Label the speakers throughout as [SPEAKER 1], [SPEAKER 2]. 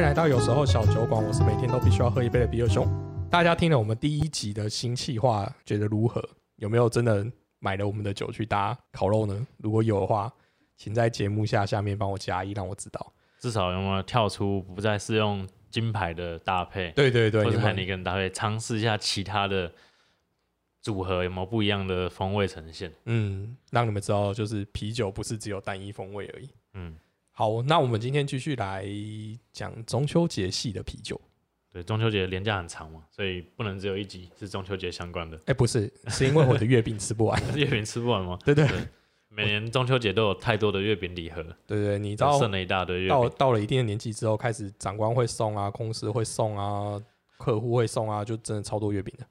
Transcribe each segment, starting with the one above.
[SPEAKER 1] 来到有时候小酒馆，我是每天都必须要喝一杯的比尔熊。大家听了我们第一集的新企划，觉得如何？有没有真的买了我们的酒去搭烤肉呢？如果有的话，请在节目下下面帮我加一，让我知道。
[SPEAKER 2] 至少有没有跳出不再是用金牌的搭配，
[SPEAKER 1] 对对对，
[SPEAKER 2] 或
[SPEAKER 1] 你
[SPEAKER 2] 是海
[SPEAKER 1] 们
[SPEAKER 2] 尼根搭配，尝试一下其他的组合有没有不一样的风味呈现？
[SPEAKER 1] 嗯，让你们知道，就是啤酒不是只有单一风味而已。
[SPEAKER 2] 嗯，
[SPEAKER 1] 好，那我们今天继续来讲中秋节系的啤酒。
[SPEAKER 2] 对，中秋节连假很长嘛，所以不能只有一集是中秋节相关的。
[SPEAKER 1] 哎、不是，是因为我的月饼吃不完。
[SPEAKER 2] 月饼吃不完吗？
[SPEAKER 1] 对对
[SPEAKER 2] 对每年中秋节都有太多的月饼礼盒，
[SPEAKER 1] 对对，你知道
[SPEAKER 2] 都剩了一大堆月
[SPEAKER 1] 到
[SPEAKER 2] 饼。
[SPEAKER 1] 到了一定的年纪之后，开始长官会送啊，公司会送啊，客户会送啊，就真的超多月饼的。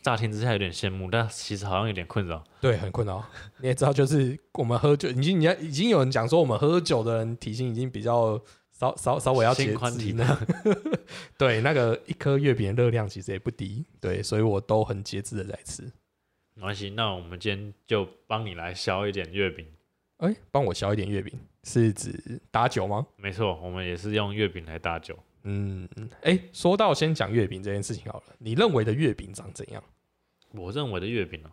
[SPEAKER 2] 乍听之下有点羡慕，但其实好像有点困扰。
[SPEAKER 1] 对，很困扰。 你也知道，就是我们喝酒，已经人家已经有人讲说，我们喝酒的人体型已经比较稍稍稍微要节
[SPEAKER 2] 心宽
[SPEAKER 1] 制
[SPEAKER 2] 体
[SPEAKER 1] 呢。 对，那个一颗月饼的热量其实也不低，对，所以我都很节制的在吃。
[SPEAKER 2] 没关系，那我们今天就帮你来削一点月饼。
[SPEAKER 1] 哎、帮我削一点月饼，是指打酒吗？
[SPEAKER 2] 没错，我们也是用月饼来搭酒。
[SPEAKER 1] 嗯，哎、说到先讲月饼这件事情好了，你认为的月饼长怎样？
[SPEAKER 2] 我认为的月饼哦、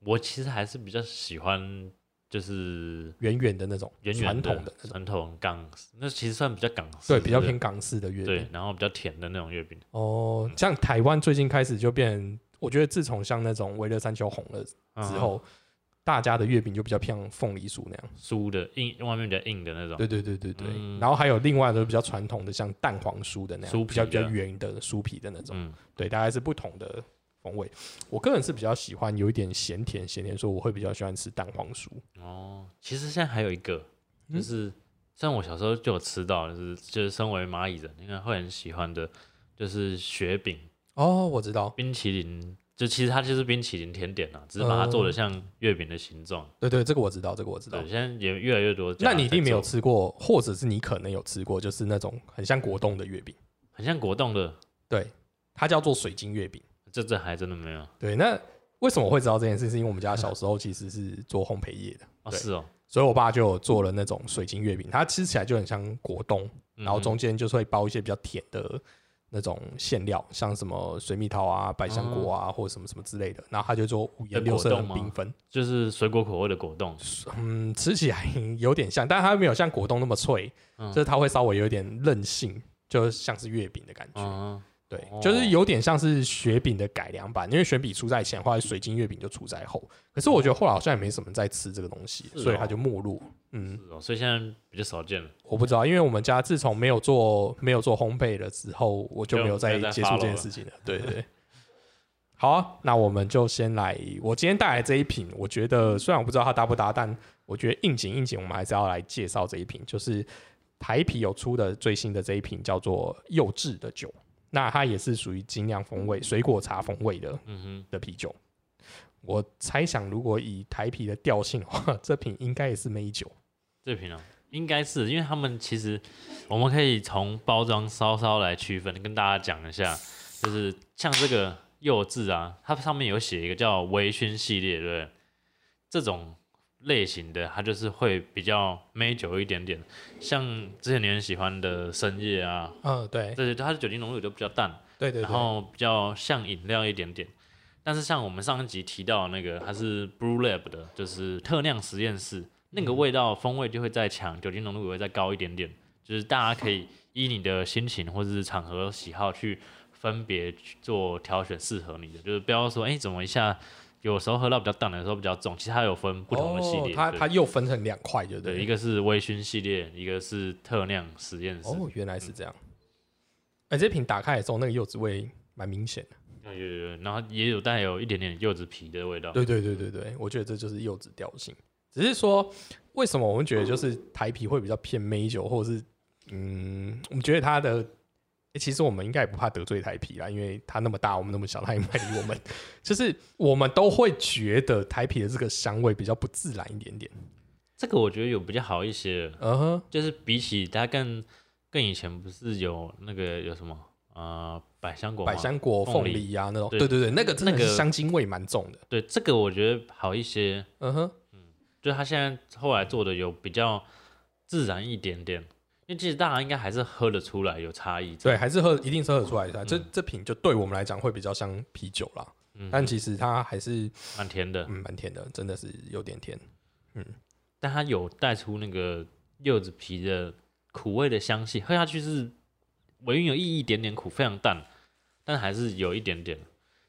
[SPEAKER 2] 我其实还是比较喜欢就是
[SPEAKER 1] 圆圆的那种，
[SPEAKER 2] 圆圆
[SPEAKER 1] 传统
[SPEAKER 2] 的
[SPEAKER 1] 的那种，
[SPEAKER 2] 传统港，那其实算比较港式，
[SPEAKER 1] 对，比较
[SPEAKER 2] 不
[SPEAKER 1] 偏港式的月
[SPEAKER 2] 对
[SPEAKER 1] 饼。，
[SPEAKER 2] 然后比较甜的那种月饼。
[SPEAKER 1] 哦，像台湾最近开始就变，我觉得自从像那种维乐山丘红了
[SPEAKER 2] 嗯
[SPEAKER 1] 之后，大家的月饼就比较偏凤梨酥那样。
[SPEAKER 2] 酥的硬，外面比较硬的那种。
[SPEAKER 1] 对对对对对。
[SPEAKER 2] 啊嗯
[SPEAKER 1] 然后还有另外的比较传统的，像蛋黄酥的那
[SPEAKER 2] 酥
[SPEAKER 1] 样，
[SPEAKER 2] 皮
[SPEAKER 1] 比较比较
[SPEAKER 2] 的
[SPEAKER 1] 圆的酥皮的那种。
[SPEAKER 2] 嗯，
[SPEAKER 1] 对，大概是不同的风味。我个人是比较喜欢有一点咸甜，咸甜说我会比较喜欢吃蛋黄酥。
[SPEAKER 2] 哦，其实现在还有一个，就
[SPEAKER 1] 嗯
[SPEAKER 2] 是、虽然我小时候就有吃到，就是就是身为蚂蚁人，应该会很喜欢的，就是雪饼、
[SPEAKER 1] 哦，我知道，
[SPEAKER 2] 冰淇淋。就其实它就是冰淇淋甜点啦、啊只是把它做
[SPEAKER 1] 哦
[SPEAKER 2] 的像月饼的形状。
[SPEAKER 1] 对对，这个我知道，这个我知道
[SPEAKER 2] 对，。现在也越来越多家在做。
[SPEAKER 1] 那你一定没有吃过，或者是你可能有吃过，就是那种很像果冻的月饼，
[SPEAKER 2] 很像果冻的，
[SPEAKER 1] 对，它叫做水晶月饼。
[SPEAKER 2] 这这还真的没有
[SPEAKER 1] 对，那为什么我会知道这件事？是因为我们家小时候其实是做烘焙业的，
[SPEAKER 2] 哦，
[SPEAKER 1] 对
[SPEAKER 2] 是哦，
[SPEAKER 1] 所以我爸就有做了那种水晶月饼，它吃起来就很像果冻，
[SPEAKER 2] 嗯
[SPEAKER 1] 然后中间就是会包一些比较甜的那种馅料，像什么水蜜桃啊、百香果啊，或者什么什么之类的，然后它就做五颜六色的
[SPEAKER 2] 嗯的果冻
[SPEAKER 1] 缤
[SPEAKER 2] 吗
[SPEAKER 1] 纷，
[SPEAKER 2] 就是水果口味的果冻，
[SPEAKER 1] 嗯，吃起来有点像，但它没有像果冻那么脆，
[SPEAKER 2] 嗯
[SPEAKER 1] 就是它会稍微有点韧性，就像是月饼的感觉。
[SPEAKER 2] 嗯，
[SPEAKER 1] 对，
[SPEAKER 2] 哦
[SPEAKER 1] 就是有点像是雪饼的改良版，因为雪饼出在前，后来水晶月饼就出在后。可是我觉得后来好像也没什么人在吃这个东西，
[SPEAKER 2] 是哦
[SPEAKER 1] 所以它就没落。嗯，
[SPEAKER 2] 是哦，所以现在比较少见了。
[SPEAKER 1] 我不知道，因为我们家自从没有做没有做烘焙了之后，我就
[SPEAKER 2] 就
[SPEAKER 1] 没有再
[SPEAKER 2] 没有再
[SPEAKER 1] 接触
[SPEAKER 2] follow
[SPEAKER 1] 这件事情了。对对对。好啊、那我们就先来。我今天带来这一瓶，我觉得虽然我不知道它搭不搭，但我觉得应景应景，我们还是要来介绍这一瓶，就是台啤有出的最新的这一瓶叫做幼稚的酒，那它也是属于精酿风味、水果茶风味的
[SPEAKER 2] 嗯
[SPEAKER 1] 的啤酒。我猜想，如果以台啤的调性的话，这瓶应该也是美酒。
[SPEAKER 2] 哼，这瓶哦，应该是因为他们其实我们可以从包装稍稍来区分，跟大家讲一下，就是像这个柚子啊，它上面有写一个叫微醺系列，对不对？这种类型的它就是会比较美酒一点点，像之前你很喜欢的深夜啊，
[SPEAKER 1] 嗯，对
[SPEAKER 2] 这些它的酒精浓度就比较淡。
[SPEAKER 1] 对对对。
[SPEAKER 2] 然后比较像饮料一点点。但是像我们上一集提到的那个，它是 Brew Lab 的，就是特酿实验室，那个味道风味就会再强，酒精浓度也会再高一点点。就是大家可以依你的心情或者是场合喜好去分别去做挑选适合你的，就是不要说哎、诶怎么一下有时候喝到比较淡的，有时候比较重，其实它有分不同的系
[SPEAKER 1] 哦、
[SPEAKER 2] 列。
[SPEAKER 1] 它
[SPEAKER 2] 对
[SPEAKER 1] 它又分成两块，对不
[SPEAKER 2] 对，
[SPEAKER 1] 对？
[SPEAKER 2] 一个是微醺系列，一个是特酿实验室。
[SPEAKER 1] 哦，原来是这样。哎、这瓶打开的时候，那个柚子味蛮明显的。
[SPEAKER 2] 有有有，然后也有带有一点点柚子皮的味道。
[SPEAKER 1] 对对对对对，我觉得这就是柚子调性。只是说，为什么我们觉得就是台啤会比较偏美酒，或者是嗯，我们觉得它的、诶其实我们应该也不怕得罪台啤啦，因为它那么大，我们那么小，它也卖给我 们。就是我们都会觉得台啤的这个香味比较不自然一点点。
[SPEAKER 2] 这个我觉得有比较好一些，
[SPEAKER 1] 嗯哼，
[SPEAKER 2] 就是比起它更更以前不是有那个有什么呃百香果吗
[SPEAKER 1] 百香果、
[SPEAKER 2] 凤
[SPEAKER 1] 凤
[SPEAKER 2] 梨
[SPEAKER 1] 梨啊那种，
[SPEAKER 2] 对
[SPEAKER 1] 对对对，那个真的
[SPEAKER 2] 那个
[SPEAKER 1] 是香精味蛮重的。
[SPEAKER 2] 对这个我觉得好一些，
[SPEAKER 1] 嗯哼。
[SPEAKER 2] 就是它现在后来做的有比较自然一点点，因为其实大家应该还是喝得出来有差异。
[SPEAKER 1] 对，，还是喝一定是喝得出来的。这这瓶就对我们来讲会比较像啤酒啦，
[SPEAKER 2] 嗯，
[SPEAKER 1] 但其实它还是
[SPEAKER 2] 蛮甜的，
[SPEAKER 1] 嗯蛮甜的，真的是有点甜。
[SPEAKER 2] 但它有带出那个柚子皮的苦味的香气，喝下去是尾韵有一一点点苦，非常淡，但还是有一点点。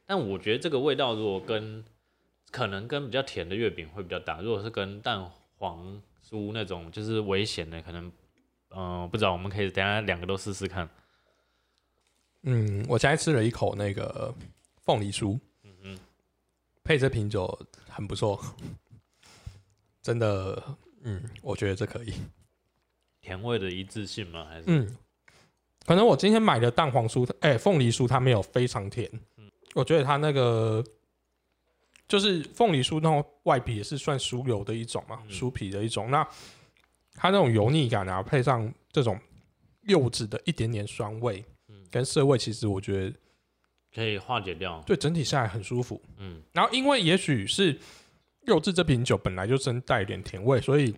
[SPEAKER 2] 但我觉得这个味道如果跟可能跟比较甜的月饼会比较搭，如果是跟蛋黄酥那种就是危险的，可能嗯、呃不知道，我们可以等一下两个都试试看。
[SPEAKER 1] 嗯，我现在吃了一口那个凤梨酥，
[SPEAKER 2] 嗯
[SPEAKER 1] 配这瓶酒很不错， 真的，嗯，我觉得这可以。
[SPEAKER 2] 甜味的一致性吗？还是、
[SPEAKER 1] 嗯，可能我今天买的蛋黄酥，哎、凤梨酥它没有非常甜，
[SPEAKER 2] 嗯
[SPEAKER 1] 我觉得它那个就是凤梨酥那种外皮也是算酥油的一种嘛，
[SPEAKER 2] 嗯
[SPEAKER 1] 酥皮的一种。那它那种油腻感啊，配上这种柚子的一点点酸味
[SPEAKER 2] 嗯
[SPEAKER 1] 跟涩味，其实我觉得
[SPEAKER 2] 可以化解掉？
[SPEAKER 1] 对整体下来很舒服。
[SPEAKER 2] 嗯
[SPEAKER 1] 然后因为也许是柚子这瓶酒本来就真带一点甜味，所以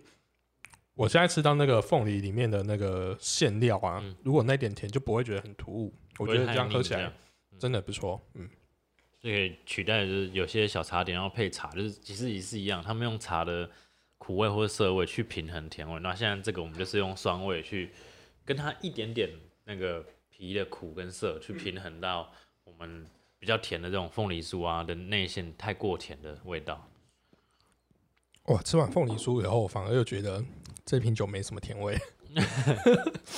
[SPEAKER 1] 我现在吃到那个凤梨里面的那个馅料啊，
[SPEAKER 2] 嗯
[SPEAKER 1] 如果那点甜就不会觉得很突兀。我觉得这样喝起来真的不错。嗯，
[SPEAKER 2] 就可以取代，就是有些小茶点然后配茶，就是其实也是一样，他们用茶的苦味或者涩味去平衡甜味。那现在这个我们就是用酸味去跟它一点点那个皮的苦跟涩去平衡到我们比较甜的这种凤梨酥啊的内馅太过甜的味道。
[SPEAKER 1] 哇，吃完凤梨酥以后，反而又觉得这瓶酒没什么甜味。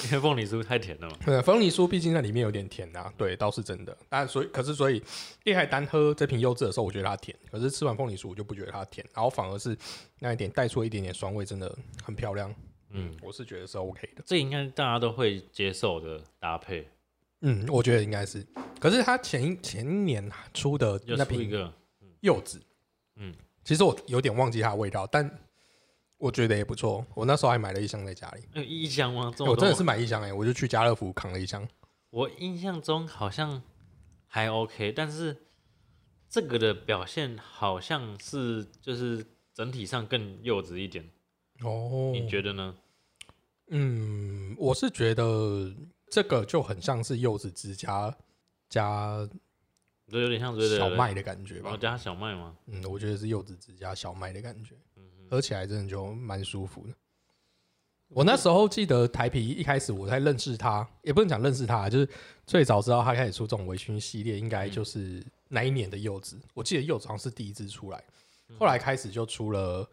[SPEAKER 2] 因为凤梨酥太甜了嘛，
[SPEAKER 1] 对，凤梨酥毕竟那里面有点甜啊，对，倒是真的。但所以，可是所以，厉害单喝这瓶柚子的时候，我觉得它甜，可是吃完凤梨酥我就不觉得它甜，然后反而是那一点带出一点点酸味，真的很漂亮。
[SPEAKER 2] 嗯，
[SPEAKER 1] 我是觉得是 OK 的。
[SPEAKER 2] 这应该大家都会接受的搭配。
[SPEAKER 1] 嗯，我觉得应该是。可是他前一前年出的
[SPEAKER 2] 又
[SPEAKER 1] 那
[SPEAKER 2] 出一
[SPEAKER 1] 瓶
[SPEAKER 2] 个，
[SPEAKER 1] 柚子，
[SPEAKER 2] 嗯，
[SPEAKER 1] 其实我有点忘记它的味道，但我觉得也不错。我那时候还买了一箱在家里，
[SPEAKER 2] 那个一箱吗？这
[SPEAKER 1] 欸
[SPEAKER 2] 么
[SPEAKER 1] 我真的
[SPEAKER 2] 多啊
[SPEAKER 1] 是买一箱哎、我就去家乐福扛了一箱。
[SPEAKER 2] 我印象中好像还 OK，但是这个的表现好像是就是整体上更幼稚一点，
[SPEAKER 1] 哦
[SPEAKER 2] 你觉得呢？
[SPEAKER 1] 嗯，我是觉得这个就很像是柚子汁加加
[SPEAKER 2] 这有点像对对
[SPEAKER 1] 小
[SPEAKER 2] 对，
[SPEAKER 1] 麦的感觉
[SPEAKER 2] 然后
[SPEAKER 1] 吧。
[SPEAKER 2] 加小麦吗？
[SPEAKER 1] 嗯，我觉得是柚子汁加小麦的感觉，
[SPEAKER 2] 嗯哼，
[SPEAKER 1] 喝起来真的就蛮舒服的。我那时候记得台啤一开始我在认识他，也不能讲认识他，就是最早知道他开始出这种微醺系列，应该就是那一年的柚子。我记得柚子好像是第一支出来，后来开始就出了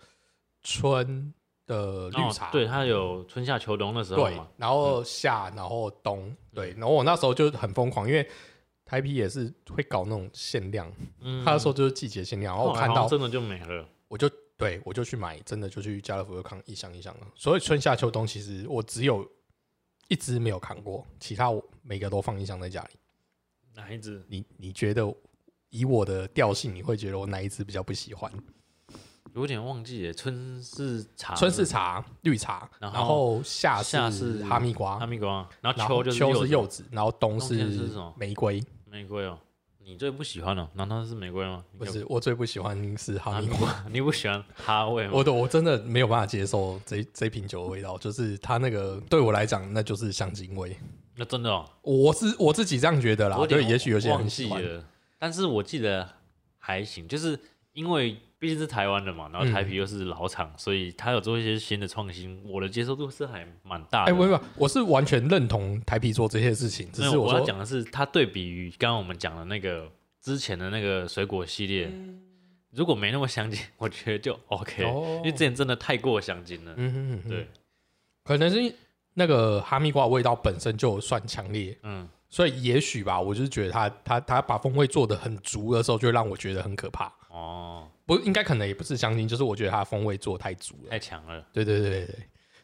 [SPEAKER 1] 春的绿茶，
[SPEAKER 2] 哦、对，它有春夏秋冬的时候
[SPEAKER 1] 对
[SPEAKER 2] 嘛，，
[SPEAKER 1] 然后夏，然后冬，对，
[SPEAKER 2] 嗯
[SPEAKER 1] 然后我那时候就很疯狂，因为台啤也是会搞那种限量，
[SPEAKER 2] 嗯，
[SPEAKER 1] 他说就是季节限量，然后
[SPEAKER 2] 哦后
[SPEAKER 1] 我哦
[SPEAKER 2] 来
[SPEAKER 1] 看
[SPEAKER 2] 好
[SPEAKER 1] 到
[SPEAKER 2] 像真的就没了，
[SPEAKER 1] 我就对我就去买，真的就去家乐福又扛一箱一箱了。所以春夏秋冬其实我只有一只没有扛过，其他我每个都放一箱在家里。
[SPEAKER 2] 哪一只？
[SPEAKER 1] 你你觉得以我的调性，你会觉得我哪一只比较不喜欢？
[SPEAKER 2] 有点忘记耶，春是茶，
[SPEAKER 1] 春是茶，绿茶，
[SPEAKER 2] 啊然
[SPEAKER 1] 然
[SPEAKER 2] 后
[SPEAKER 1] 后夏
[SPEAKER 2] 夏
[SPEAKER 1] 是
[SPEAKER 2] 是
[SPEAKER 1] 哈密瓜
[SPEAKER 2] 哈，密啊瓜，然
[SPEAKER 1] 然
[SPEAKER 2] 后
[SPEAKER 1] 后
[SPEAKER 2] 秋就是
[SPEAKER 1] 秋
[SPEAKER 2] 柚
[SPEAKER 1] 是
[SPEAKER 2] 子
[SPEAKER 1] 柚子，然后冬
[SPEAKER 2] 冬天是
[SPEAKER 1] 是
[SPEAKER 2] 什么
[SPEAKER 1] 玫瑰。
[SPEAKER 2] 玫瑰哦。你最不喜欢的、难道是玫瑰吗？
[SPEAKER 1] 不是，我最不喜欢是 哈密瓜。
[SPEAKER 2] 瓜，啊你不喜 欢哈味吗？
[SPEAKER 1] 我的我真的没有办法接受这这瓶酒的味道，就是它那个对我来讲，那就是香精味。
[SPEAKER 2] 那真的哦，
[SPEAKER 1] 我是我自己这样觉得啦，
[SPEAKER 2] 我
[SPEAKER 1] 对，也许有些人
[SPEAKER 2] 忘
[SPEAKER 1] 很喜
[SPEAKER 2] 记
[SPEAKER 1] 欢。
[SPEAKER 2] 了，但是我记得还行，就是因为毕竟是台湾的嘛，然后
[SPEAKER 1] 嗯
[SPEAKER 2] 台啤又是老厂，所以他有做一些新的创新，我的接受度是还蛮大
[SPEAKER 1] 哎、
[SPEAKER 2] 的。
[SPEAKER 1] 不不，我是完全认同台啤做这些事情，只
[SPEAKER 2] 没
[SPEAKER 1] 是
[SPEAKER 2] 有我
[SPEAKER 1] 我
[SPEAKER 2] 要
[SPEAKER 1] 说，哦
[SPEAKER 2] 讲的是，它对比于刚刚我们讲的那个之前的那个水果系列，如果没那么相近，我觉得就 OK，、
[SPEAKER 1] 哦
[SPEAKER 2] 因为之前真的太过相近了。
[SPEAKER 1] 嗯哼哼哼
[SPEAKER 2] 对，
[SPEAKER 1] 可能是那个哈密瓜的味道本身就算强烈，
[SPEAKER 2] 嗯，
[SPEAKER 1] 所以也许吧，我就是觉得它它它把风味做的很足的时候，就会让我觉得很可怕。
[SPEAKER 2] 哦，
[SPEAKER 1] 不，应该可能也不是香精，就是我觉得它的风味做得太足了。
[SPEAKER 2] 太强了，
[SPEAKER 1] 对对对对对，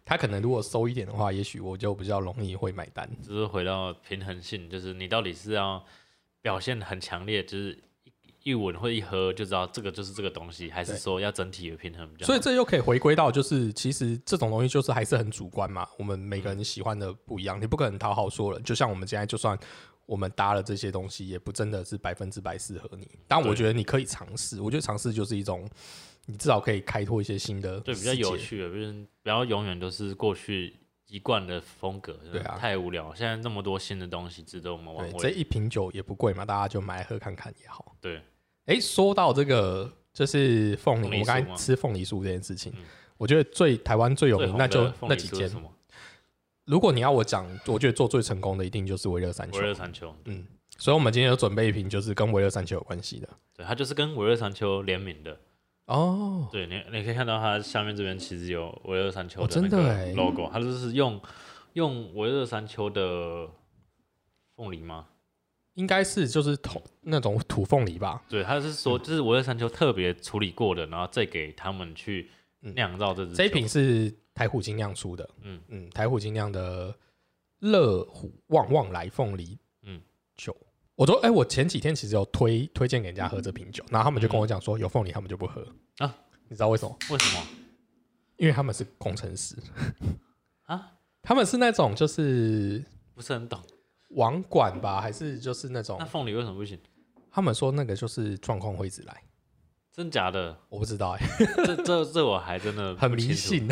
[SPEAKER 1] 他可能如果收一点的话，也许我就比较容易会买单。
[SPEAKER 2] 就是回到平衡性，就是你到底是要表现很强烈，就是一一闻或一喝就知道这个就是这个东西，还是
[SPEAKER 1] 对
[SPEAKER 2] 说要整体的平衡比较好？
[SPEAKER 1] 所以这又可以回归到，就是其实这种东西就是还是很主观嘛，我们每个人喜欢的不一样，你不可能讨好所有人。就像我们现在，就算我们搭了这些东西，也不真的是百分之百适合你。但我
[SPEAKER 2] 对
[SPEAKER 1] 觉得你可以尝试，我觉得尝试就是一种，你至少可以开拓一些新的
[SPEAKER 2] 对比较
[SPEAKER 1] 世界
[SPEAKER 2] 有趣的，就是不要永远都是过去一贯的风格，
[SPEAKER 1] 对啊
[SPEAKER 2] 太无聊。现在这么多新的东西值得我们玩
[SPEAKER 1] 对，这
[SPEAKER 2] 味。
[SPEAKER 1] 一瓶酒也不贵嘛，大家就买来喝看看也好。
[SPEAKER 2] 对，
[SPEAKER 1] 哎，说到这个，就是凤
[SPEAKER 2] 凤
[SPEAKER 1] 梨，
[SPEAKER 2] 梨
[SPEAKER 1] 我刚
[SPEAKER 2] 酥
[SPEAKER 1] 才
[SPEAKER 2] 吗
[SPEAKER 1] 吃凤梨酥这件事情
[SPEAKER 2] 嗯，
[SPEAKER 1] 我觉得最台湾最有
[SPEAKER 2] 最
[SPEAKER 1] 名，
[SPEAKER 2] 红
[SPEAKER 1] 那
[SPEAKER 2] 的
[SPEAKER 1] 就
[SPEAKER 2] 凤
[SPEAKER 1] 那
[SPEAKER 2] 梨
[SPEAKER 1] 几
[SPEAKER 2] 酥是
[SPEAKER 1] 间
[SPEAKER 2] 什。么？
[SPEAKER 1] 如果你要我讲，我觉得做最成功的一定就是微热山丘
[SPEAKER 2] 维。热山丘，
[SPEAKER 1] 嗯，所以我们今天有准备一瓶，就是跟微热山丘有关系的。
[SPEAKER 2] 对，它就是跟维热山丘联名的。
[SPEAKER 1] 哦，
[SPEAKER 2] 对你，你可以看到它下面这边其实有维热山丘
[SPEAKER 1] 哦
[SPEAKER 2] 的那
[SPEAKER 1] 真的
[SPEAKER 2] 个
[SPEAKER 1] 欸
[SPEAKER 2] logo，、它就是用用维热山丘的凤梨吗？
[SPEAKER 1] 应该是就是土那种土凤梨吧？
[SPEAKER 2] 对，它是
[SPEAKER 1] 嗯
[SPEAKER 2] 说就是维热山丘特别处理过的，然后再给他们去酿造这支、
[SPEAKER 1] 嗯这一瓶，是台虎精酿出的。
[SPEAKER 2] 嗯
[SPEAKER 1] 嗯，台虎精酿的乐虎旺旺来凤梨
[SPEAKER 2] 嗯
[SPEAKER 1] 酒。我说，哎、我前几天其实有推推荐给人家喝这瓶酒，然后他们就跟我讲说，有凤梨他们就不喝
[SPEAKER 2] 啊
[SPEAKER 1] 嗯啊，你知道为什么？
[SPEAKER 2] 为什么
[SPEAKER 1] 因为他们是工程师，
[SPEAKER 2] 啊？
[SPEAKER 1] 他们是那种就是
[SPEAKER 2] 不是很懂。
[SPEAKER 1] 网管吧，还是就是那种
[SPEAKER 2] 那凤梨为什么不行？
[SPEAKER 1] 他们说那个就是状况会一直来，
[SPEAKER 2] 真假的？
[SPEAKER 1] 我不知道哎、
[SPEAKER 2] 这这这我还真的
[SPEAKER 1] 很
[SPEAKER 2] 不清
[SPEAKER 1] 迷
[SPEAKER 2] 楚
[SPEAKER 1] 信，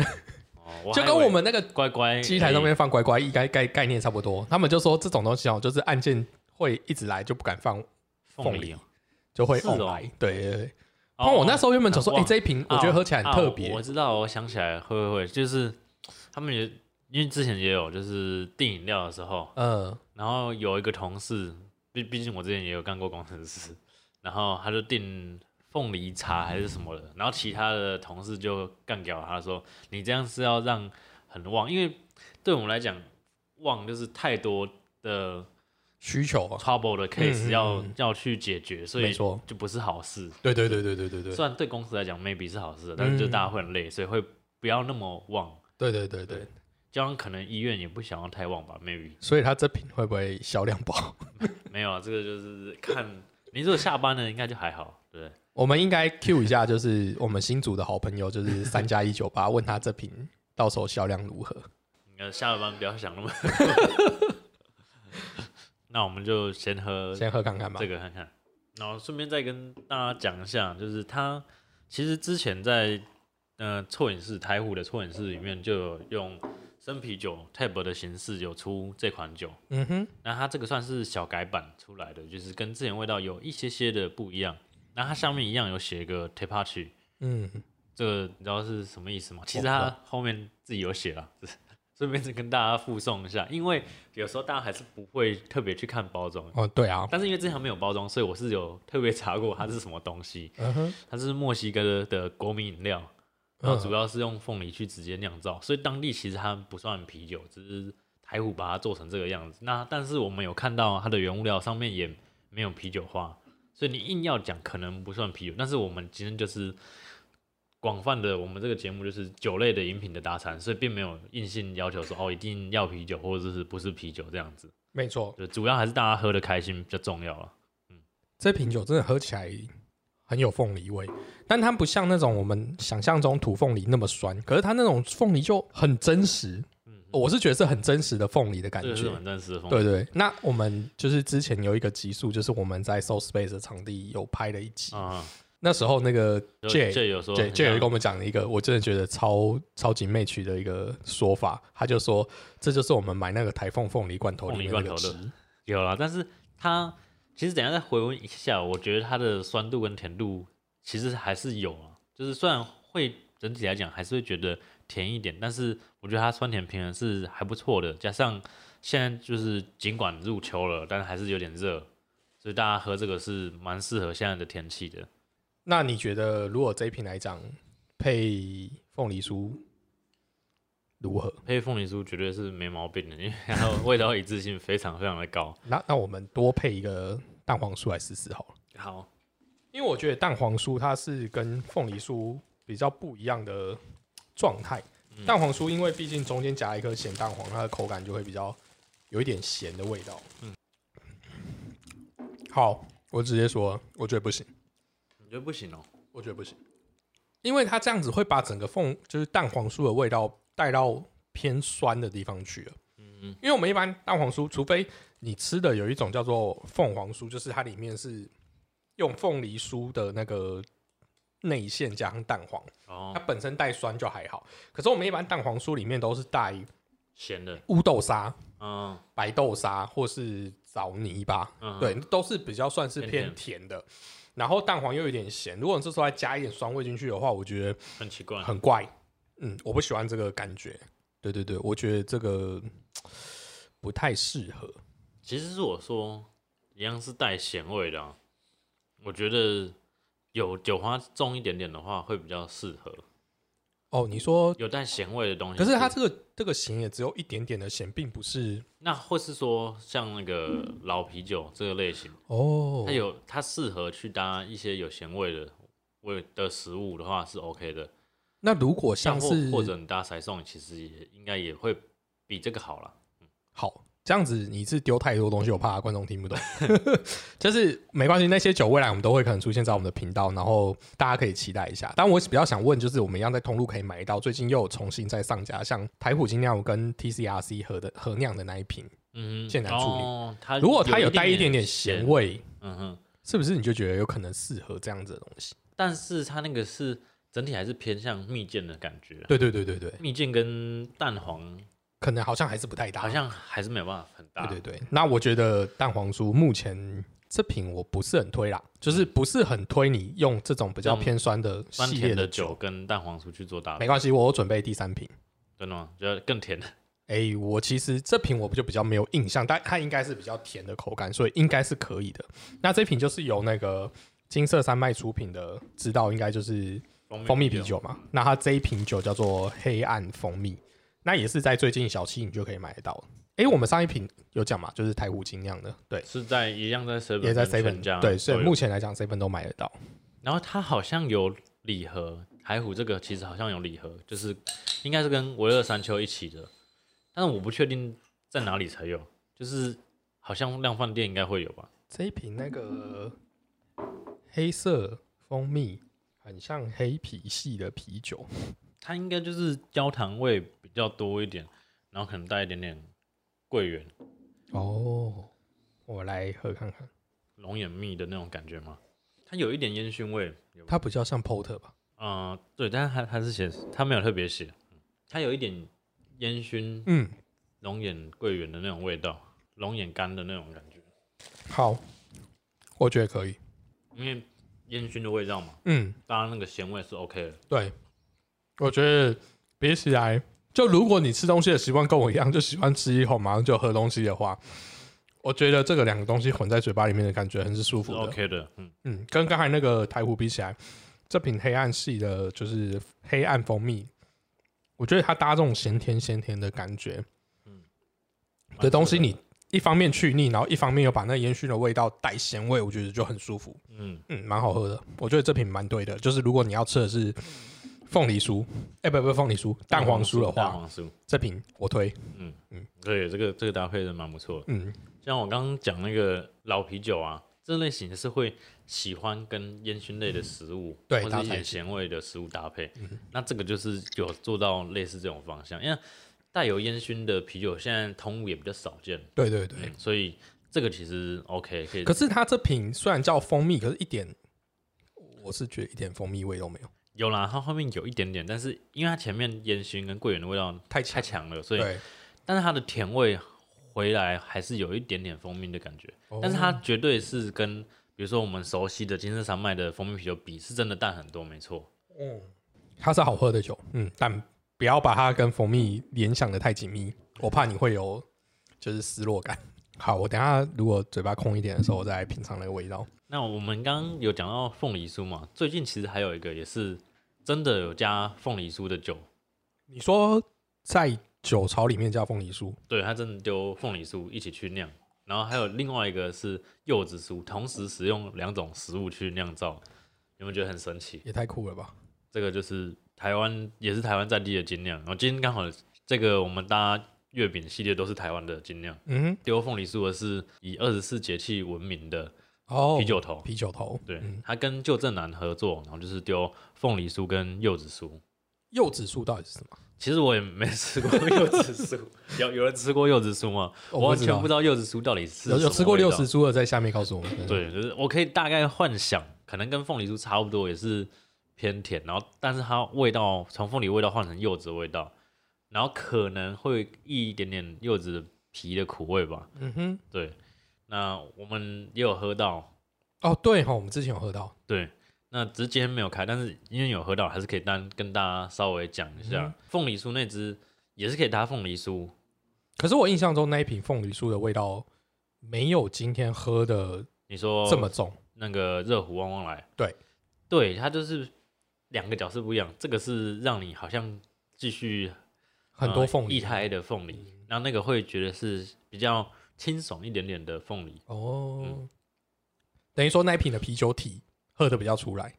[SPEAKER 2] 哦，我
[SPEAKER 1] 就
[SPEAKER 2] 还
[SPEAKER 1] 跟
[SPEAKER 2] 以为
[SPEAKER 1] 我们那个
[SPEAKER 2] 乖乖
[SPEAKER 1] 机台上
[SPEAKER 2] 哎
[SPEAKER 1] 面放乖乖一概概概念差不多。他们就说这种东西哦，就是按键会一直来，就不敢放，
[SPEAKER 2] 凤
[SPEAKER 1] 凤
[SPEAKER 2] 梨
[SPEAKER 1] 梨
[SPEAKER 2] 哦，
[SPEAKER 1] 就会
[SPEAKER 2] 是哦
[SPEAKER 1] 用来。对对对。
[SPEAKER 2] 哦
[SPEAKER 1] 然后我那时候原本想说，
[SPEAKER 2] 哦
[SPEAKER 1] 哎，这一瓶 我
[SPEAKER 2] 啊
[SPEAKER 1] 觉得喝起来很
[SPEAKER 2] 啊
[SPEAKER 1] 特
[SPEAKER 2] 我
[SPEAKER 1] 别
[SPEAKER 2] 我，知道，我想起来，会会会，就是他们也因为之前也有就是订饮料的时候，
[SPEAKER 1] 嗯，
[SPEAKER 2] 然后有一个同事，毕毕竟我之前也有干过工程师，然后他就订凤梨茶还是什么的，然后其他的同事就干掉他说你这样是要让很旺，因为对我们来讲旺就是太多的
[SPEAKER 1] 需求啊，
[SPEAKER 2] trouble 的 case
[SPEAKER 1] 嗯嗯
[SPEAKER 2] 要、
[SPEAKER 1] 嗯
[SPEAKER 2] 要去解决，所
[SPEAKER 1] 没
[SPEAKER 2] 以
[SPEAKER 1] 错，
[SPEAKER 2] 就不是好事。
[SPEAKER 1] 对对对对对对对
[SPEAKER 2] 虽然对公司来讲 maybe 是好事，但是就
[SPEAKER 1] 嗯
[SPEAKER 2] 大家会很累，所以会不要那么旺。
[SPEAKER 1] 对对对对
[SPEAKER 2] 对。就像可能医院也不想要太旺吧，maybe
[SPEAKER 1] 所以它这瓶会不会销量爆？
[SPEAKER 2] 没有啊，这个就是看你如果下班了，应该就还好，对不对？
[SPEAKER 1] 我们应该 Q 一下，就是我们新组的好朋友，就是三加一酒吧，问他这瓶到时候销量如何？
[SPEAKER 2] 你要下了班不要想那么 那我们就先喝
[SPEAKER 1] 先喝看看吧
[SPEAKER 2] 这。个看看，然后顺便再跟大家讲一下，就是他其实之前在呃错影室台虎的错影室里面就有用生啤酒 Tab 的形式有出这款酒，
[SPEAKER 1] 嗯哼，
[SPEAKER 2] 那它这个算是小改版出来的，就是跟之前味道有一些些的不一样。那它上面一样有写一个 tepachi，
[SPEAKER 1] 嗯，
[SPEAKER 2] 这个你知道是什么意思吗？其实
[SPEAKER 1] 我不知
[SPEAKER 2] 它后面自己有写了，只是 顺便是跟大家附送一下，因为有时候大家还是不会特别去看包装，
[SPEAKER 1] 哦，对啊，
[SPEAKER 2] 但是因为之前没有包装，所以我是有特别查过它是什么东西。
[SPEAKER 1] 嗯哼，
[SPEAKER 2] 它是墨西哥的的国民饮料，
[SPEAKER 1] 嗯
[SPEAKER 2] 然后主要是用凤梨去直接酿造，所以当地其实它不算啤酒，只是台虎把它做成这个样子。那但是我们有看到它的原物料上面也没有啤酒花，所以你硬要讲可能不算啤酒，但是我们今天就是广泛的，我们这个节目就是酒类的饮品的搭餐，所以并没有硬性要求说哦一定要啤酒或者是不是啤酒这样子，
[SPEAKER 1] 没错，
[SPEAKER 2] 就主要还是大家喝的开心比较重要了。
[SPEAKER 1] 这瓶酒真的喝起来很有凤梨味，但它不像那种我们想象中土凤梨那么酸，可是它那种凤梨就很真实。
[SPEAKER 2] 嗯，
[SPEAKER 1] 我是觉得是很真实的凤梨的感
[SPEAKER 2] 这个是
[SPEAKER 1] 觉。
[SPEAKER 2] 很真实的风格。
[SPEAKER 1] 对对，那我们就是之前有一个集数，就是我们在 Soul Space 的场地有拍了一集，
[SPEAKER 2] 啊，
[SPEAKER 1] 那时候那个
[SPEAKER 2] 就
[SPEAKER 1] J
[SPEAKER 2] 这有说
[SPEAKER 1] 对，
[SPEAKER 2] 很
[SPEAKER 1] 就有人
[SPEAKER 2] 像
[SPEAKER 1] 跟我们讲了一个，我真的觉得超超级 match 的一个说法，他就说这就是我们买那个台风凤梨罐头里
[SPEAKER 2] 凤梨
[SPEAKER 1] 面
[SPEAKER 2] 罐
[SPEAKER 1] 那个
[SPEAKER 2] 头的
[SPEAKER 1] 汁
[SPEAKER 2] 有啦，但是它其实等一下再回温一下，我觉得它的酸度跟甜度其实还是有啊，就是虽然会整体来讲还是会觉得甜一点，但是我觉得它酸甜平衡是还不错的，加上现在就是尽管入秋了，但是还是有点热，所以大家喝这个是蛮适合现在的天气的。
[SPEAKER 1] 那你觉得如果这一瓶来讲配凤梨酥如何？
[SPEAKER 2] 配凤梨酥绝对是没毛病的，因 为它的味道一致性非常非常的高。
[SPEAKER 1] 那那我们多配一个蛋黄酥来试试好了，
[SPEAKER 2] 好，
[SPEAKER 1] 因为我觉得蛋黄酥它是跟凤梨酥比较不一样的状态。蛋黄酥因为毕竟中间夹一颗咸蛋黄，它的口感就会比较有一点咸的味道。嗯，好，我直接说，我觉得不行。
[SPEAKER 2] 你觉得不行哦、
[SPEAKER 1] 我觉得不行，因为它这样子会把整个凤就是蛋黄酥的味道带到偏酸的地方去了。嗯，因为我们一般蛋黄酥，除非你吃的有一种叫做凤凰酥，就是它里面是用凤梨酥的那个内馅加上蛋黄，它
[SPEAKER 2] 哦，
[SPEAKER 1] 本身带酸就还好。可是我们一般蛋黄酥里面都是带
[SPEAKER 2] 咸的，
[SPEAKER 1] 乌豆沙、
[SPEAKER 2] 嗯
[SPEAKER 1] 白豆沙或是枣泥吧，
[SPEAKER 2] 嗯，
[SPEAKER 1] 对，都是比较算是偏
[SPEAKER 2] 偏
[SPEAKER 1] 甜的。然后蛋黄又有点咸，如果你这时候还加一点酸味进去的话，我觉得
[SPEAKER 2] 很奇怪，
[SPEAKER 1] 很怪。嗯，我不喜欢这个感觉。对对对，我觉得这个不太适合。
[SPEAKER 2] 其实是我说，一样是带咸味的、啊，我觉得有酒花重一点点的话会比较适合。
[SPEAKER 1] 哦，你说，
[SPEAKER 2] 有带咸味的东西，
[SPEAKER 1] 可是它这个这个咸也只有一点点的咸，并不是
[SPEAKER 2] 那或是说像那个老啤酒这个类型，
[SPEAKER 1] 哦
[SPEAKER 2] 它。有它适合去搭一些有咸味的味的食物的话是 OK 的，
[SPEAKER 1] 那如果像
[SPEAKER 2] 像或
[SPEAKER 1] 是
[SPEAKER 2] 或者你搭塞送，其实也应该也会比这个好啦。
[SPEAKER 1] 好这样子，你是丢太多东西，我怕观众听不懂。 就是没关系，那些酒未来我们都会可能出现在我们的频道，然后大家可以期待一下。但我比较想问，就是我们一样在通路可以买到，最近又有重新再上架，像台虎精酿跟 TCRC 合的合酿的那一瓶，
[SPEAKER 2] 嗯哼，
[SPEAKER 1] 剑南处女
[SPEAKER 2] 哦，它
[SPEAKER 1] 如果它有带一
[SPEAKER 2] 一
[SPEAKER 1] 点
[SPEAKER 2] 点
[SPEAKER 1] 点咸，味，
[SPEAKER 2] 嗯哼，
[SPEAKER 1] 是不是你就觉得有可能适合这样子的东西？
[SPEAKER 2] 但是它那个是整体还是偏向蜜饯的感觉，啊
[SPEAKER 1] 对对对对对，
[SPEAKER 2] 蜜饯跟蛋黄
[SPEAKER 1] 可能好像还是不太搭。
[SPEAKER 2] 好像还是没有办法很搭，
[SPEAKER 1] 对对对，那我觉得蛋黄酥目前这瓶我不是很推啦，就是不是很推你用这种比较
[SPEAKER 2] 这种
[SPEAKER 1] 偏嗯酸的
[SPEAKER 2] 酸
[SPEAKER 1] 系列
[SPEAKER 2] 甜
[SPEAKER 1] 的啊
[SPEAKER 2] 的酒跟蛋黄酥去做搭配
[SPEAKER 1] 没，关系，我有准备第三瓶。
[SPEAKER 2] 真的吗？觉得更甜。
[SPEAKER 1] 哎、我其实这瓶我就比较没有印象，但它应该是比较甜的口感，所以应该是可以的。那这瓶就是由那个金色山脉出品的，知道应该就是 蜂蜜啤，酒嘛。那它这一瓶酒叫做黑暗蜂蜜，那也是在最近小七你就可以买得到了。哎、我们上一瓶有讲嘛，就是台虎精酿的，对，
[SPEAKER 2] 是在一样在 seven
[SPEAKER 1] 也在 seven
[SPEAKER 2] 家
[SPEAKER 1] 对，所以
[SPEAKER 2] 都有
[SPEAKER 1] 目前来讲 seven 都买得到。
[SPEAKER 2] 然后它好像有礼盒，海虎这个其实好像有礼盒，就是应该是跟维乐山丘一起的，但是我不确定在哪里才有，就是好像量贩店应该会有吧。
[SPEAKER 1] 这一瓶那个黑色蜂蜜，很像黑啤系的啤酒。
[SPEAKER 2] 它应该就是焦糖味比较多一点，然后可能带一点点桂圆、
[SPEAKER 1] 哦，我来喝看看，
[SPEAKER 2] 龙眼蜜的那种感觉吗？它有一点烟熏味，有
[SPEAKER 1] 它比较像 porter 吧？
[SPEAKER 2] 嗯、对，但是它它是写，它没有特别写，嗯它有一点烟熏
[SPEAKER 1] 嗯，
[SPEAKER 2] 龙眼桂圆的那种味道，龙眼干的那种感觉，
[SPEAKER 1] 好，我觉得可以。
[SPEAKER 2] 因为烟熏的味道嘛，
[SPEAKER 1] 嗯，
[SPEAKER 2] 搭那个咸味是 OK 的。
[SPEAKER 1] 对，我觉得比起来，就如果你吃东西的习惯跟我一样，就喜欢吃一口马上就喝东西的话，我觉得这个两个东西混在嘴巴里面的感觉很是舒
[SPEAKER 2] 是
[SPEAKER 1] 服的。
[SPEAKER 2] OK 的，嗯，
[SPEAKER 1] 嗯，跟刚才那个台湖比起来，这瓶黑暗系的就是黑暗蜂蜜，我觉得它搭这种咸甜咸甜的感觉，
[SPEAKER 2] 嗯蛮
[SPEAKER 1] 的东西，
[SPEAKER 2] 适合
[SPEAKER 1] 你一方面去腻，然后一方面又把那烟熏的味道带咸味，我觉得就很舒服。
[SPEAKER 2] 嗯，
[SPEAKER 1] 嗯，蛮好喝的，我觉得这瓶蛮对的。就是如果你要吃的是凤梨酥，哎、不不，凤梨酥，蛋黄酥的
[SPEAKER 2] 蛋
[SPEAKER 1] 话，
[SPEAKER 2] 黄酥，
[SPEAKER 1] 这瓶我推。
[SPEAKER 2] 对，这个这个搭配是蛮不错的。
[SPEAKER 1] 嗯，
[SPEAKER 2] 像我刚刚讲那个老啤酒啊，这类型是会喜欢跟烟熏类的食物，
[SPEAKER 1] 嗯对
[SPEAKER 2] 或
[SPEAKER 1] 搭在
[SPEAKER 2] 者一
[SPEAKER 1] 一
[SPEAKER 2] 点
[SPEAKER 1] 起嗯
[SPEAKER 2] 咸味的食物搭配。那这个就是有做到类似这种方向，因为带有烟熏的啤酒现在通路也比较少见，
[SPEAKER 1] 对对对。
[SPEAKER 2] 所以这个其实 OK 可以。
[SPEAKER 1] 可是它这瓶虽然叫蜂蜜，可是一点，我是觉得一点蜂蜜味都没有，
[SPEAKER 2] 有啦，它后面有一点点，但是因为它前面烟熏跟桂圆的味道
[SPEAKER 1] 太
[SPEAKER 2] 太
[SPEAKER 1] 强。
[SPEAKER 2] 强了，所以
[SPEAKER 1] 对，
[SPEAKER 2] 但是它的甜味回来还是有一点点蜂蜜的感觉，但是它绝对是跟比如说我们熟悉的金色山脉的蜂蜜啤酒比，是真的淡很多，没错。
[SPEAKER 1] 嗯它是好喝的酒，嗯，但不要把它跟蜂蜜联想的太紧密，我怕你会有就是失落感。好，我等一下如果嘴巴空一点的时候，我再来品尝那个味道。
[SPEAKER 2] 那我们刚刚有讲到凤梨酥嘛，最近其实还有一个也是真的有加凤梨酥的酒，
[SPEAKER 1] 你说在酒槽里面加凤梨酥，
[SPEAKER 2] 对，它真的丢凤梨酥一起去酿。然后还有另外一个是柚子酥，同时使用两种食物去酿造，有没有觉得很神奇？
[SPEAKER 1] 也太酷了吧！
[SPEAKER 2] 这个就是台湾也是台湾在地的精酿。然后哦今天刚好这个我们搭月饼系列都是台湾的精酿，
[SPEAKER 1] 嗯，
[SPEAKER 2] 丢凤梨酥的是以二十四节气闻名的
[SPEAKER 1] 哦，
[SPEAKER 2] 啤酒头，
[SPEAKER 1] 啤酒头，
[SPEAKER 2] 对
[SPEAKER 1] 嗯，
[SPEAKER 2] 他跟旧正南合作，然后就是丢凤梨酥跟柚子酥。
[SPEAKER 1] 柚子酥到底是什么？
[SPEAKER 2] 其实我也没吃过柚子酥， 有有人吃过柚子酥吗？
[SPEAKER 1] 哦
[SPEAKER 2] 我完全不知
[SPEAKER 1] 道。
[SPEAKER 2] 道柚子酥到底是
[SPEAKER 1] 有有
[SPEAKER 2] 什么
[SPEAKER 1] 吃过
[SPEAKER 2] 味道
[SPEAKER 1] 柚子酥的，在下面告诉我们。，
[SPEAKER 2] 对，就是我可以大概幻想，可能跟凤梨酥差不多，也是偏甜，然后但是它味道从凤梨味道换成柚子味道，然后可能会一点点柚子皮的苦味吧。
[SPEAKER 1] 嗯哼，
[SPEAKER 2] 对，那我们也有喝到，
[SPEAKER 1] 哦对哈，我们之前有喝到，
[SPEAKER 2] 对，那只是今天没有开，但是因为有喝到，还是可以单跟大家稍微讲一下
[SPEAKER 1] 嗯
[SPEAKER 2] 凤、梨酥那只也是可以搭凤梨酥，
[SPEAKER 1] 可是我印象中那一瓶凤梨酥的味道没有今天喝的
[SPEAKER 2] 你说
[SPEAKER 1] 这么重，
[SPEAKER 2] 那个热乎旺旺来，
[SPEAKER 1] 对，
[SPEAKER 2] 对，它就是两个角色不一样，这个是让你好像继续呃
[SPEAKER 1] 很多凤梨嗯
[SPEAKER 2] 一胎的凤梨，然后那个会觉得是比较清爽一点点的凤梨，
[SPEAKER 1] 哦，等于说那一瓶的啤酒体喝的比较出来，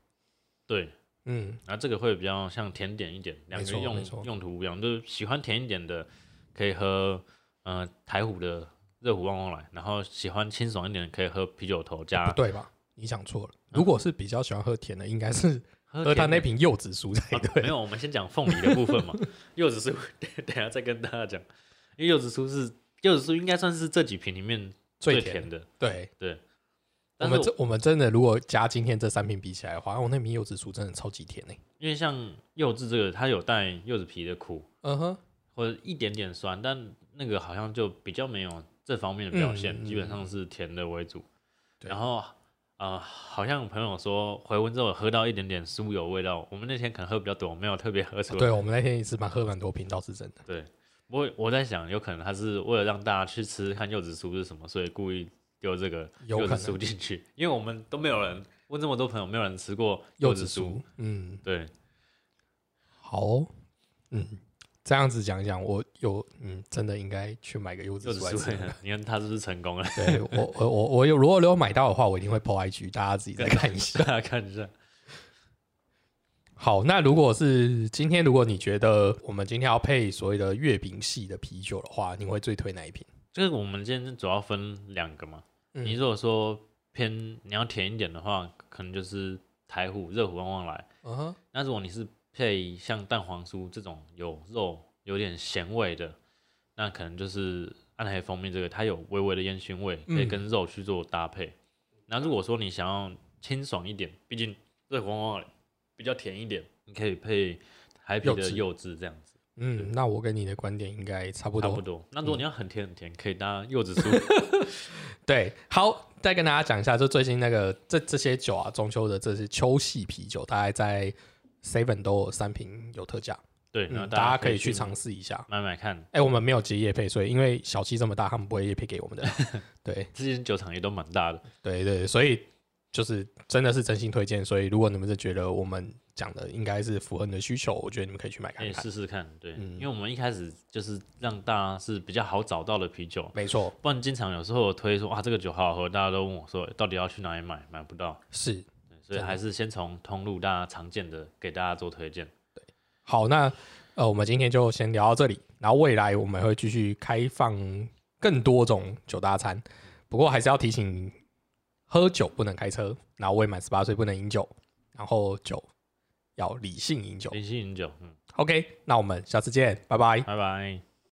[SPEAKER 2] 对，
[SPEAKER 1] 嗯，
[SPEAKER 2] 然后这个会比较像甜点一点，两个
[SPEAKER 1] 错
[SPEAKER 2] 用
[SPEAKER 1] 没错
[SPEAKER 2] 用途不一样，就是喜欢甜一点的可以喝呃台虎的热虎旺旺来，然后喜欢清爽一点的可以喝啤酒头加
[SPEAKER 1] 啊不对吧？你想错了，如果是比较喜欢喝甜的，应该是
[SPEAKER 2] 喝
[SPEAKER 1] 嗯喝他
[SPEAKER 2] 甜
[SPEAKER 1] 那
[SPEAKER 2] 的。
[SPEAKER 1] 瓶柚子酥才
[SPEAKER 2] 啊
[SPEAKER 1] 对。
[SPEAKER 2] 没有，我们先讲凤梨的部分嘛， 柚子酥等等一下再跟大家讲，因为柚子酥是柚子酥应该算是这几瓶里面
[SPEAKER 1] 最甜
[SPEAKER 2] 甜的，
[SPEAKER 1] 对，我
[SPEAKER 2] 但是
[SPEAKER 1] 们这我们真的如果加今天这三瓶比起来的话，我哦那瓶柚子酥真的超级甜呢。欸
[SPEAKER 2] 因为像柚子这个，它有带柚子皮的苦，
[SPEAKER 1] 嗯哼，
[SPEAKER 2] 或者一点点酸，但那个好像就比较没有这方面的表现，
[SPEAKER 1] 嗯嗯
[SPEAKER 2] 基本上是甜的为主。
[SPEAKER 1] 对
[SPEAKER 2] 然后呃，好像朋友说回温之后有喝到一点点酥油味道，我们那天可能喝比较多，没有特别喝出来。
[SPEAKER 1] 啊对我们那天也是蛮喝蛮多瓶，倒是真的。
[SPEAKER 2] 对，我我在想，有可能他是为了让大家去吃看柚子酥是什么，所以故意丢这个
[SPEAKER 1] 有
[SPEAKER 2] 柚
[SPEAKER 1] 可
[SPEAKER 2] 子
[SPEAKER 1] 能
[SPEAKER 2] 酥进去，因为我们都没有人问这么多朋友，没有人吃过
[SPEAKER 1] 柚
[SPEAKER 2] 子
[SPEAKER 1] 子酥，嗯，
[SPEAKER 2] 对，
[SPEAKER 1] 好哦，嗯，这样子讲一讲，我有嗯，真的应该去买个柚
[SPEAKER 2] 柚
[SPEAKER 1] 子
[SPEAKER 2] 子
[SPEAKER 1] 酥来吃。
[SPEAKER 2] 酥， 你看他是不是成功了？
[SPEAKER 1] 对我我我我有如果有买到的话，我一定会 PO IG，大家自己再看一 下。
[SPEAKER 2] 大家看一下，
[SPEAKER 1] 好，那如果是今天，如果你觉得我们今天要配所谓的月饼系的啤酒的话，你会最推哪一瓶？
[SPEAKER 2] 就是我们今天主要分两个嘛。
[SPEAKER 1] 嗯
[SPEAKER 2] 你如果说偏你要甜一点的话，可能就是台虎热虎旺旺来。
[SPEAKER 1] 嗯哼，
[SPEAKER 2] 那如果你是配像蛋黄酥这种有肉、有点咸味的，那可能就是暗黑蜂蜜这个，它有微微的烟熏味，可以
[SPEAKER 1] 嗯
[SPEAKER 2] 跟肉去做搭配。那如果说你想要清爽一点，毕竟热虎旺旺来比较甜一点，你可以配台啤
[SPEAKER 1] 柚
[SPEAKER 2] 的
[SPEAKER 1] 子
[SPEAKER 2] 柚子这样子。
[SPEAKER 1] 嗯，那我跟你的观点应该差不
[SPEAKER 2] 差
[SPEAKER 1] 多。嗯
[SPEAKER 2] 不多。那如果你要很甜很甜，可以搭柚子 酥。
[SPEAKER 1] 对，好，再跟大家讲一下，就最近那个这这些酒啊，中秋的这些秋系啤酒，大概在 Seven 都有三瓶有特价，
[SPEAKER 2] 对，然后
[SPEAKER 1] 嗯，大家可以去
[SPEAKER 2] 去
[SPEAKER 1] 尝试一下。
[SPEAKER 2] 买买看，
[SPEAKER 1] 哎、我们没有接夜配，所以因为小七这么大，他们不会夜配给我们的。 对，
[SPEAKER 2] 这些酒厂也都蛮大的。
[SPEAKER 1] 对对，所以就是真的是真心推荐。所以如果你们是觉得我们讲的应该是符合你的需求，我觉得你们可以去买
[SPEAKER 2] 可
[SPEAKER 1] 看
[SPEAKER 2] 以
[SPEAKER 1] 看。
[SPEAKER 2] 试试看，对，
[SPEAKER 1] 嗯
[SPEAKER 2] 因为我们一开始就是让大家是比较好找到的啤酒，
[SPEAKER 1] 没错，
[SPEAKER 2] 不然经常有时候我推说哇这个酒好好喝，大家都问我说到底要去哪里买，买不到，
[SPEAKER 1] 是
[SPEAKER 2] 对所
[SPEAKER 1] 真
[SPEAKER 2] 以
[SPEAKER 1] 的
[SPEAKER 2] 还是先从通路大家常见的给大家做推荐。
[SPEAKER 1] 好。那呃，我们今天就先聊到这里，然后未来我们会继续开放更多种酒大餐。不过还是要提醒，喝酒不能开车，然后未满十八岁不能饮酒，然后酒要理性饮酒。
[SPEAKER 2] 林夕饮酒，嗯，
[SPEAKER 1] OK，那我们下次见，拜拜。
[SPEAKER 2] 拜拜。